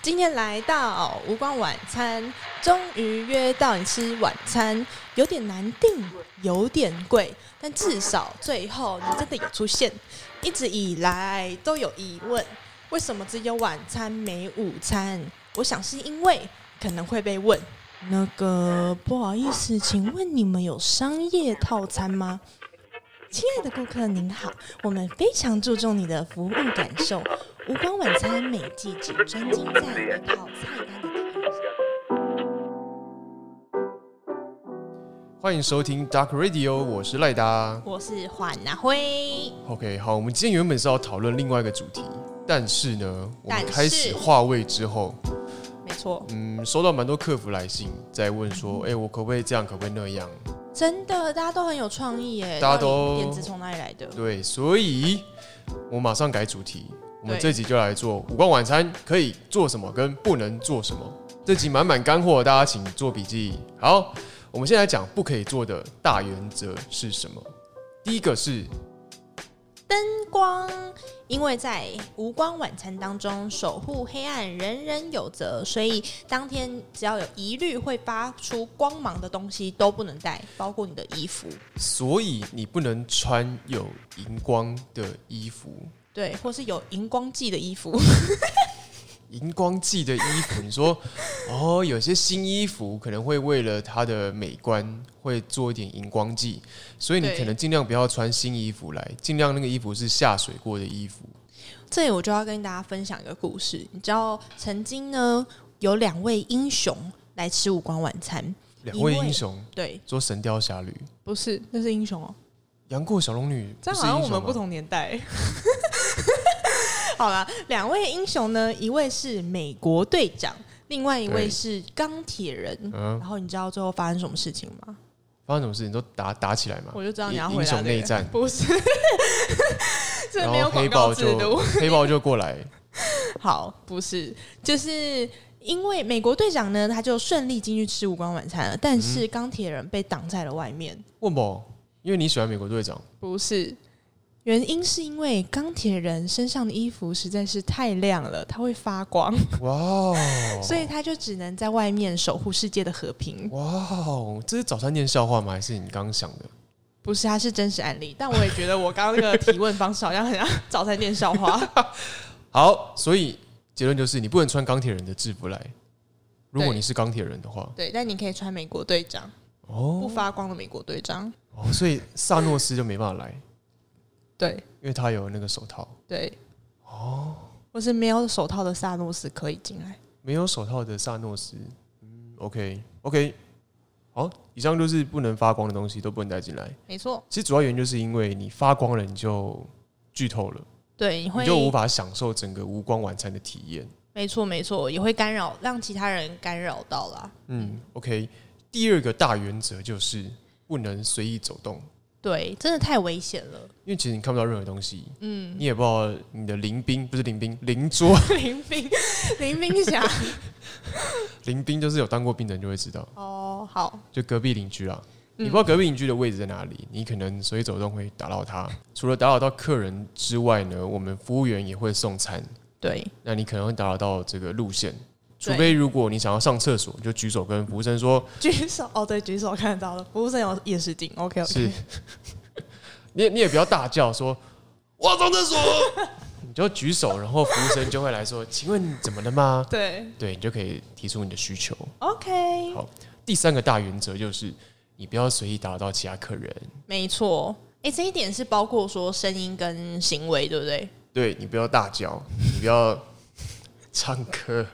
今天来到无光晚餐，终于约到你吃晚餐，有点难订，有点贵，但至少最后你真的有出现。一直以来都有疑问，为什么只有晚餐没午餐？我想是因为可能会被问。那个不好意思，请问你们有商业套餐吗？亲爱的顾客您好，我们非常注重你的服务感受。无光晚餐每季只专精在一套菜单的提供。欢迎收听 Dark Radio，我是赖达。我是缓拿辉， OK，好，我们今天原本是要讨论另外一个主题，但是呢，我但们是开始话位之后，没错，嗯，收到蛮多客服来信，在问说，哎、我可不可以这样，可不可以那样？真的，大家都很有创意耶，大家到都底点子从哪里来的？对，所以我马上改主题，我们对这集就来做五光晚餐可以做什么跟不能做什么。这集满满干货，大家请做笔记。好，我们先来讲不可以做的大原则是什么？第一个是灯光，因为在无光晚餐当中守护黑暗，人人有责，所以当天只要有疑虑会发出光芒的东西都不能带，包括你的衣服，所以你不能穿有荧光的衣服，对，或是有荧光剂的衣服，荧光剂的衣服。 你说，哦，有些新衣服可能会为了它的美观，会做一点荧光剂，所以你对可能尽量不要穿新衣服来，尽量那个衣服是下水过的衣服。这里我就要跟大家分享一个故事。你知道，曾经呢有两位英雄来吃五光晚餐，两位因为英雄对，说《神雕侠侣》，不是，那是英雄哦。杨过、小龙女，这不样是好像英我雄啊们不吗？同年代。 好了，两位英雄呢，一位是美国队长，另外一位对是钢铁人。嗯然，后你知道最后发生什么事情吗？发生什么事？你都打打起来嘛？我就知道你英要回英答、这个雄内战，不是， 这然没有后黑广告豹制就度。黑豹就过来，好，不是，就是因为美国队长呢，他就顺利进去吃无光晚餐了，但是钢铁人被挡在了外面。问某，因为你喜欢美国队长。不是，原因是因为钢铁人身上的衣服实在是太亮了，它会发光，哇哦！ 所以他就只能在外面守护世界的和平。哇哦，这是早餐店笑话吗？还是你刚刚想的？不是，它是真实案例，但我也觉得我刚刚那个提问方式好像很像早餐店笑 话。好，所以结论就是你不能穿钢铁人的制服来。如果对你是钢铁人的话，对，但你可以穿美国队长，不哦发光的美国队长。哦，所以萨诺斯就没办法来，对因为他有那个手套。对，哦，我是没有手套的萨诺斯可以进来。没有手套的萨诺斯，嗯，OK OK，好，以上就是不能发光的东西都不能带进来。没错，其实主要原因就是因为你发光了，你就剧透了，对，你会你就无法享受整个无光晚餐的体验。没错没错，也会干扰让其他人干扰到啦。嗯，OK。第二个大原则就是不能随意走动，对，真的太危险了。因为其实你看不到任何东西，嗯，你也不知道你的临兵不是临兵，邻桌 林冰，林冰侠。临兵就是有当过兵的人就会知道， 哦，好，就隔壁邻居啊。嗯你不知道隔壁邻居的位置在哪里，你可能随走动会打扰他。除了打扰到客人之外呢，我们服务员也会送餐，对那你可能会打扰到这个路线。除对非如果你想要上厕所，你就举手跟服务生说举手哦，对，举手看得到了，服务生有夜视镜。OK 是 OK，，你也你也不要大叫说我要上厕所， 你就举手，然后服务生就会来说，请问你怎么了吗？对对你就可以提出你的需求。 ，OK，好第三个大原则就是你不要随意打扰到其他客人，没错。哎、这一点是包括说声音跟行为，对不对？对你不要大叫，你不要唱歌，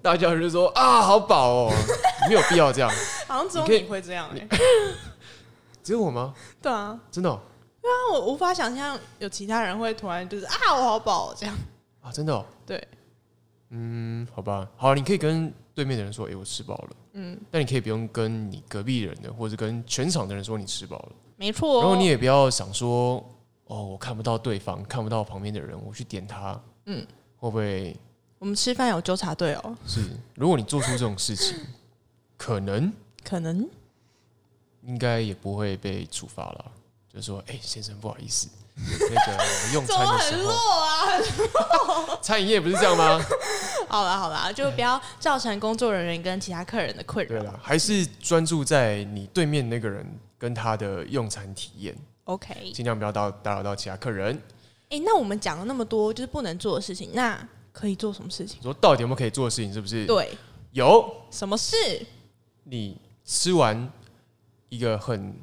大叫就是说啊好饱哦，没有必要这样。好像只有你可以你会这样哎、只有我吗？对啊，真的哦、那我无法想象有其他人会突然就是啊，我好饱这样。啊，真的、哦，对，嗯，好吧，好，你可以跟对面的人说，哎、我吃饱了。嗯，但你可以不用跟你隔壁人的，或者跟全场的人说你吃饱了，没错。然后你也不要想说，哦，我看不到对方，看不到旁边的人，我去点他，嗯嗯，会不会我们吃饭有纠察队哦，是？如果你做出这种事情， 可能可能应该也不会被处罚了。就是说，哎、先生，不好意思，那个我用怎餐么的很 时弱候，啊？餐饮业不是这样吗？好啦好啦，就不要造成工作人员跟其他客人的困对扰。啦，还是专注在你对面那个人跟他的用餐体验， OK，哎、尽量不要到打扰到其他客人。那我们讲了那么多就是不能做的事情，那可以做什么事情？你说到底有没有可以做的事情？是不是？对，有。什么事？你吃完一个很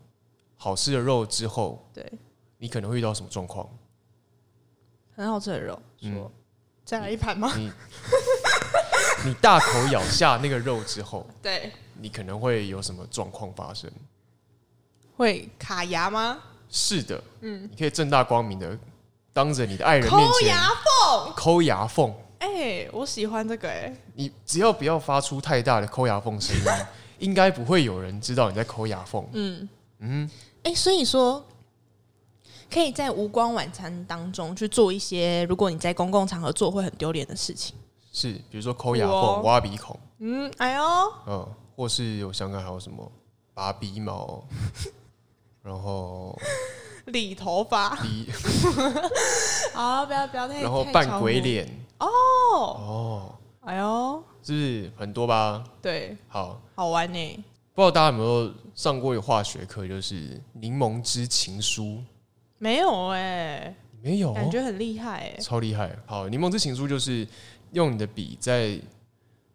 好吃的肉之后，对，你可能会遇到什么状况？很好吃的肉，嗯，再来一盘吗？你 你大口咬下那个肉之后， 对，你可能会有什么状况发生？会卡牙吗？是的，嗯，你可以正大光明的当着你的爱人面抠前牙缝，抠牙缝，哎、我喜欢这个哎、你只要不要发出太大的抠牙 缝声音，应该不会有人知道你在抠牙缝。嗯哎、所以说，可以在无光晚餐当中去做一些，如果你在公共场合做会很丢脸的事情。是，比如说抠牙我缝、挖鼻孔，嗯，哎呦，嗯，或是我想想看还有什么拔鼻毛， 然后理头发，鼻，好，哦不要不要哎太，然后太扮超鬼过，脸，哦，哦，哎呦，是不是很多吧？对，好，好玩呢、不知道大家有没有上过一个化学课，就是《柠檬之情书没有哎、》？没有，感觉很厉害哎、超厉害。好，柠檬汁情书就是用你的笔在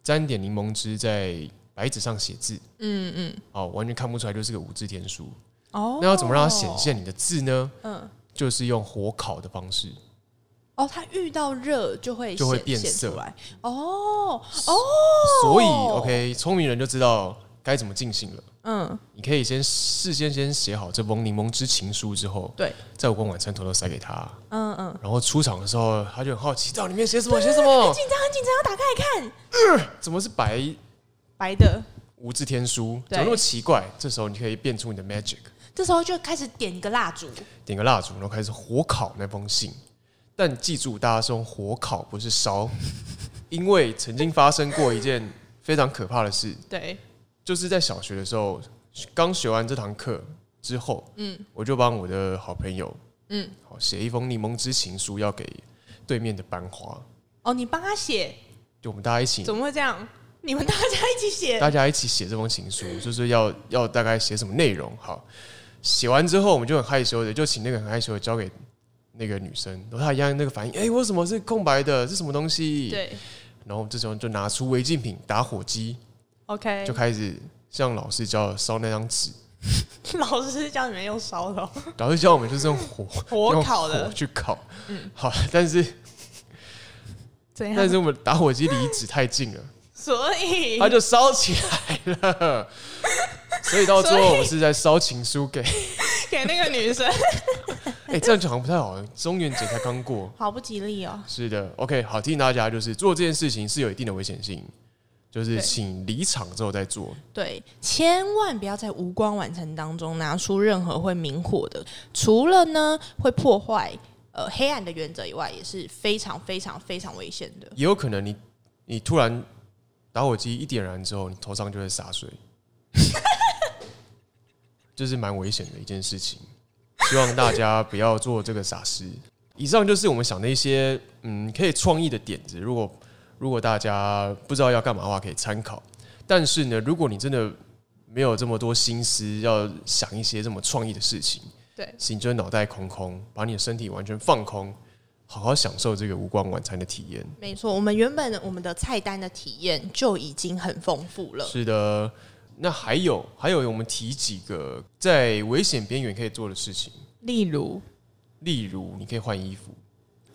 沾点柠檬汁在白纸上写字，嗯嗯，好，完全看不出来就是个无字天书。哦，那要怎么让它显？现你的字呢？嗯，就是用火烤的方式。哦，它遇到热就会就会显变显色出来，哦哦，所以，OK，聪明人就知道该怎么进行了。嗯，你可以先事先先写好这封柠檬汁情书之后，对，在我跟晚餐偷偷塞给他，嗯嗯，然后出场的时候，他就很好奇，到底里面写什么？写 什么？哎紧张很紧张，要打开来看，怎么是白白的，无字天书？对怎么那么奇怪？这时候你可以变出你的 magic，这时候就开始点一个蜡烛，点个蜡烛，然后开始火烤那封信。但记住，大家是用火烤，不是烧，因为曾经发生过一件非常可怕的事，对，就是在小学的时候，刚学完这堂课之后，嗯，我就帮我的好朋友，嗯嗯，好写一封柠檬之情书，要给对面的班花，哦，你帮他写，就我们大家一起，怎么会这样？你们大家一起写，大家一起写这封情书，就是要要大概写什么内容。好，写完之后，我们就很害羞的，就请那个很害羞的交给那个女生，然后她一样那个反应，哎、我什么是空白的？是什么东西？。对然后这时候就拿出违禁品打火机， ，OK，就开始向老师教烧那张纸。 老师教你们用烧 的哦，老师教我们就是用火火烤 用的嗯火，去烤。好，但是 怎但样？是我们打火机离纸太近了，所以它就烧起来 了。所以到最后，所以我是在烧情书 给，给那个女生，哎、这样就好像不太好。中元节才刚过， 好不吉利哦。是的，OK，好，提醒大家就是做这件事情是有一定的危险性，就是对请离场之后再做。对，千万不要在无光晚餐当中拿出任何会明火的，除了呢会破坏呃黑暗的原则以外，也是非常非常非常危险的。也有可能你你突然打火机一点燃之后，你头上就会洒水， 这是蛮危险的一件事情。希望大家不要做这个傻事。以上就是我们想的一些嗯可以创意的点子。如果如果大家不知道要干嘛的话，可以参考。但是呢，如果你真的没有这么多心思要想一些这么创意的事情，对，请就是脑袋空空，把你的身体完全放空，好好享受这个无光晚餐的体验。没错，我们原本我们的菜单的体验就已经很丰富了。是的，那还有还有，我们提几个在危险边缘可以做的事情，例如，例如你可以换衣服，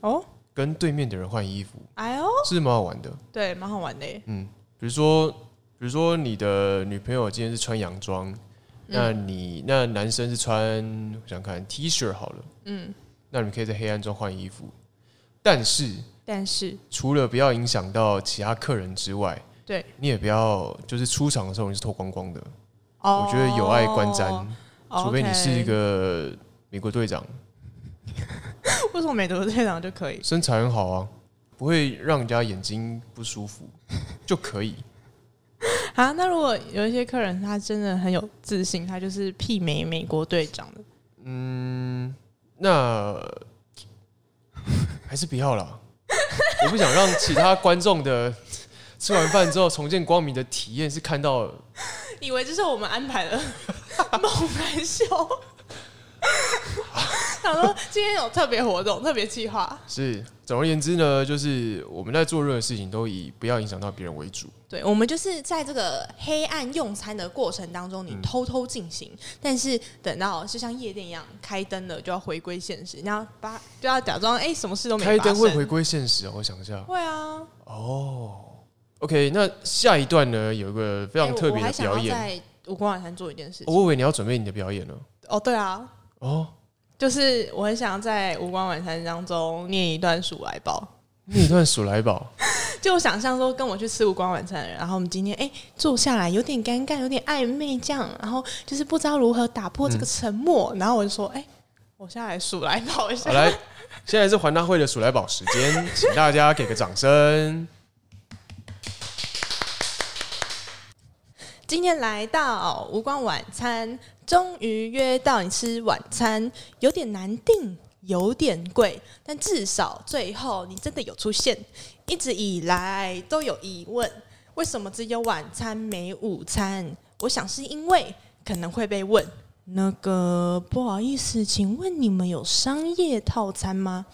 哦，跟对面的人换衣服，哎呦，是蛮好玩的。对，蛮好玩的耶。嗯，比如说，比如说你的女朋友今天是穿洋装，那你那男生是穿，我想看 T 恤好了，嗯，那你们可以在黑暗中换衣服，但是但是，除了不要影响到其他客人之外，对，你也不要就是出场的时候你是脱光光的，哦我觉得有碍观瞻。哦除非你是一 OK 个美国队长，为什么美国队长就可以？身材很好啊，不会让人家眼睛不舒服就可以。啊，那如果有一些客人他真的很有自信，他就是媲美美国队长的，那还是不要啦，我不想让其他观众的吃完饭之后重见光明的体验是看到以为这是我们安排 的猛男秀。 想说今天有特别活动、特别计划，是。总而言之呢，就是我们在做任何事情都以不要影响到别人为主。对我们就是在这个黑暗用餐的过程当中，你嗯偷偷进行，但是等到就像夜店一样开灯了，就要回归现实，你要把就要假装哎、什么事都没开发灯生会回归现实哦，我想一下。会啊， OK，那下一段呢，有一个非常哎特别我还的想要表演。哦在五光晚餐做一件事情。我以为你要准备你的表演了。哦，对啊，哦，就是我很想在《无关晚餐》当中念一段数来报，那一段数来宝， 就我想象说跟我去吃无关晚餐的人，然后我们今天哎、坐下来有点尴尬，有点暧昧这样，然后就是不知道如何打破这个沉默，然后我就说哎、我下来数来报一好下，来，现在是环大会的数来宝时间，请大家给个掌声。今天来到无关晚餐，终于约到你吃晚餐，有点难订，有点贵，但至少最后你真的有出现。一直以来都有疑问，为什么只有晚餐没午餐？我想是因为可能会被问。那个不好意思，请问你们有商业套餐吗？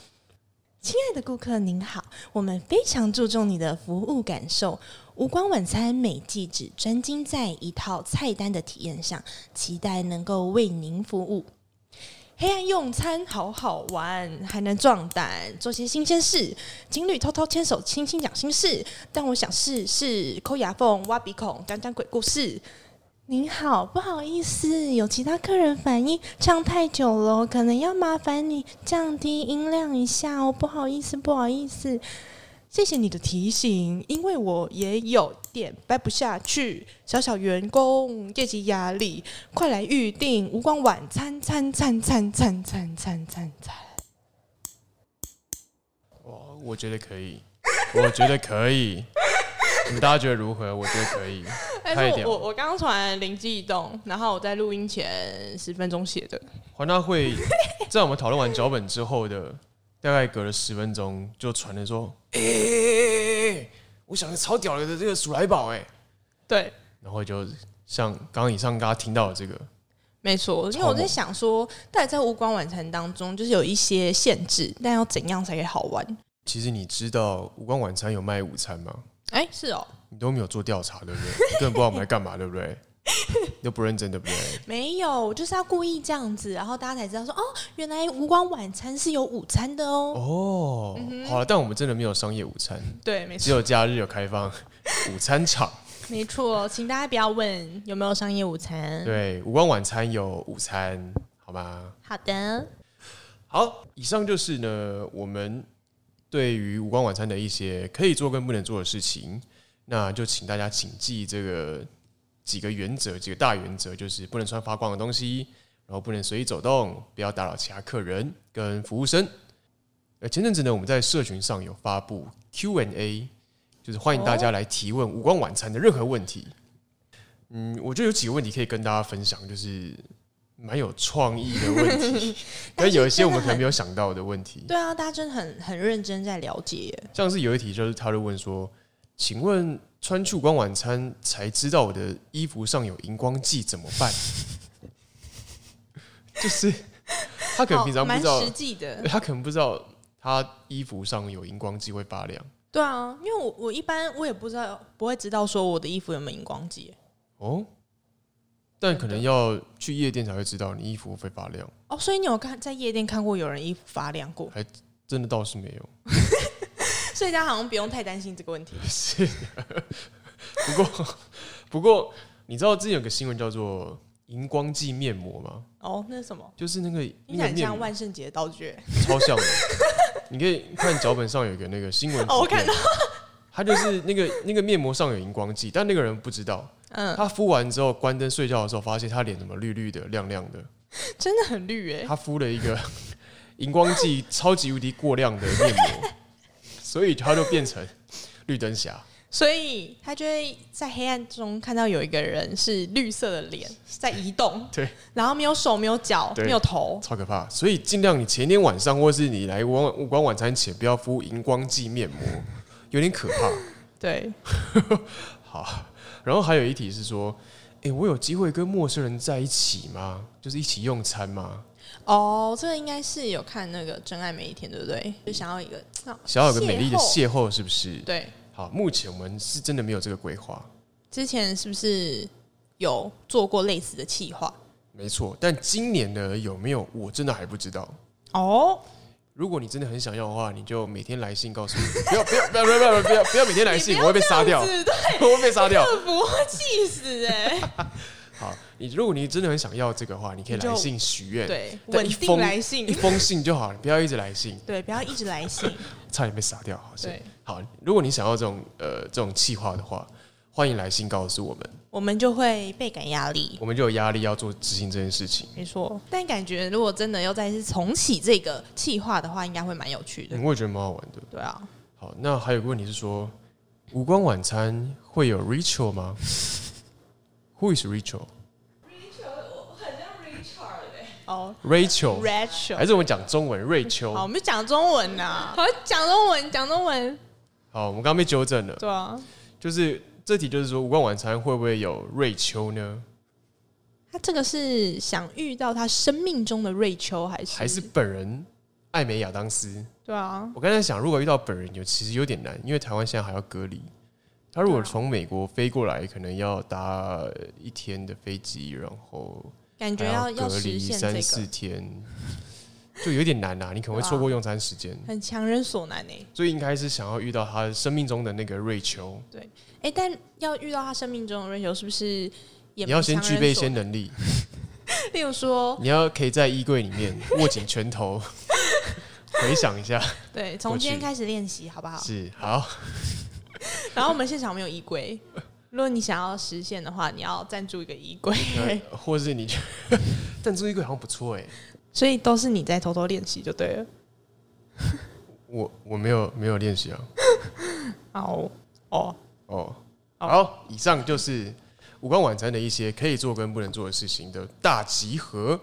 亲爱的顾客您好，我们非常注重你的服务感受。无光晚餐每季只专精在一套菜单的体验上，期待能够为您服务。黑暗用餐好好玩，还能壮胆，做些新鲜事。情侣偷偷牵手，轻轻讲心事。但我想试试抠牙缝、挖鼻孔，讲讲鬼故事。您好，不好意思，有其他客人反映唱太久了，可能要麻烦你降低音量一下哦。不好意思，不好意思，谢谢你的提醒，因为我也有点掰不下去，小小员工业绩压力，快来预定无光晚餐餐餐餐餐餐餐餐餐。哇，哦我觉得可以，我觉得可以。你们大家觉得如何？我觉得可以。太但屌是了我我我刚刚突然灵机一动，然后我在录音前十分钟 写的，环大会在我们讨论完脚本之后的，大概隔了十分钟，就传来说：“哎、我想个超屌的这个鼠来宝哎、对，然后就像刚刚以上大家听到的这个，没错，因为超我在猛想说，到底在无光晚餐当中，就是有一些限制，但要怎样才可以好玩？其实你知道无光晚餐有卖午餐吗？哎、是哦，你都没有做调查，对不 对？你根本不知道我们在干嘛，对不对？ 你都不认真，对不对？没有，我就是要故意这样子，然后大家才知道说，哦，原来无光晚餐是有午餐的哦。哦，好了，但我们真的没有商业午餐，对，没只错，有假日有开放午餐场。没错，请大家不要问有没有商业午餐。对，无光晚餐有午餐，好吗？好的，好，以上就是呢我们对于无光晚餐的一些可以做跟不能做的事情。那就请大家谨记这个几个原则，几个大原则，就是不能穿发光的东西，然后不能随意走动，不要打扰其他客人跟服务生。呃，前阵子呢，我们在社群上有发布 Q&A，就是欢迎大家来提问无光晚餐的任何问题。嗯，我觉得有几个问题可以跟大家分享，就是蛮有创意的问题。 但有一些我们可能没有想到的问题，对啊，大家真的很很认真在了解耶。像是有一题就是他就问说：“请问穿曙光晚餐才知道我的衣服上有荧光剂怎么 办？”就是他可能平常哦不蛮知道实，际 的。他可能不知道他衣服上有荧光剂会发亮对啊，因为我我一般我也不知道，不会知道说我的衣服有没有荧光剂耶。哦，但可能要去夜店才会知道你衣服会发亮，哦，所以你有看在夜店看过有人衣服发亮过， 真的倒是没有。所以大家好像不用太担心这个问 题。不过，不过你知道之前有个新闻叫做荧光剂面膜吗？哦，那是什么？就是那个听那起个来很面像膜万圣节的道具耶。 超像的。你可以看脚本上有一个那个新闻图片哦我看到，他就是那个那个面膜上有荧光剂，但那个人不知道，嗯，他敷完之后关灯睡觉的时候，发现他脸怎么绿绿的、亮亮的，真的很绿哎。他敷了一个 荧光剂超级无敌过量的面膜，所以他就变成绿灯侠。所以他就会在黑暗中看到有一个人是绿色的脸在移动，对，然后没有手、没有脚、对没有头，超可怕。所以尽量你前一天晚上，或是你来晚五光晚餐前，不要敷荧光剂面膜，有点可怕。对，好， 然后还有一题是说，诶，我有机会跟陌生人在一起吗？就是一起用餐吗？哦，这个应该是有看那个《真爱每一天》，对不对？就想要一个啊想要有个美丽的逅邂逅，是不是？对，好，目前我们是真的没有这个规划，之前是不是有做过类似的企划？没错。但今年呢，有没有我真的还不知道。哦，如果你真的很想要的话，你就每天来信告诉我，不要不要不要不要不要不要不要每天来信，我会被杀掉，是的， 我会被杀掉。不会气死 哎、好，你如果你真的很想要这个的话，你可以你就来信许愿，对，但稳一定封来一信，封信就好了，不要一直来信，对，不要一直来信，差点被杀掉，好像对。好，如果你想要这种呃这种气话的话，欢迎来信告诉我们，我们就会倍感压力。我们就有压力要做执行这件事情。没错，但感觉如果真的又再次重启这个企划的话，应该会蛮有趣的。嗯，我也觉得蛮好玩的。对啊，好，那还有个问题是说，无光晚餐会有 Rachel 吗 ？Who is Rachel？Rachel 哦、r Rachel a c h e 还 l 是我们讲中文瑞秋？好，我们就讲中文呐、好，讲中文，讲中文，好，我们刚刚被纠正了，对啊，就是这题就是说无光晚餐会不会有瑞秋呢？他这个是想遇到他生命中的瑞秋，还是还是本人艾美亚当斯？对啊？我刚才想，如果遇到本人有，其实有点难，因为台湾现在还要隔离。他如果啊从美国飞过来，可能要搭一天的飞机，然后感觉还要隔实离现三这四个，天，就有点难啦、你可能会对啊错过用餐时间，很强人所难呢、欸所以应该是想要遇到他生命中的那个瑞秋，哎、但要遇到他生命中的瑞秋，是不是也你要蛮先强具人备一所 些难，能力，例如说，你要可以在衣柜里面握紧拳头， 回想一下，对，从过今天去开始练习，好不好？ 是好，然后我们现场没有衣柜，如果你想要实现的话，你要赞助一个衣柜， 那或是你 弹珠衣柜好像不错哎、所以都是你在偷偷练习就对了。我我没有没有练习啊。好哦，哦，好好，以上就是五光晚餐的一些可以做跟不能做的事情的大集合，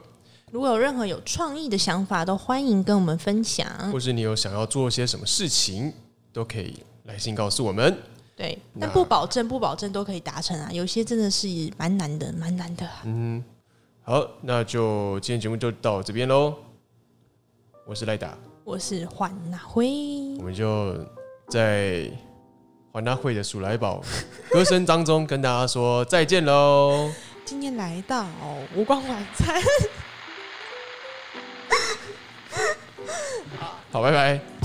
如果有任何有创意的想法，都欢迎跟我们分享。或是你有想要做些什么事情，都可以来信告诉我们。对，那但不保证，不保证都可以达成啊。有些真的是蛮难的，蛮难的啊。好，那就今天节目就到这边喽。我是赖达，我是焕娜辉，我们就在环大会的鼠来宝 歌声当中跟大家说再见喽。今天来到无光晚餐。好，拜拜。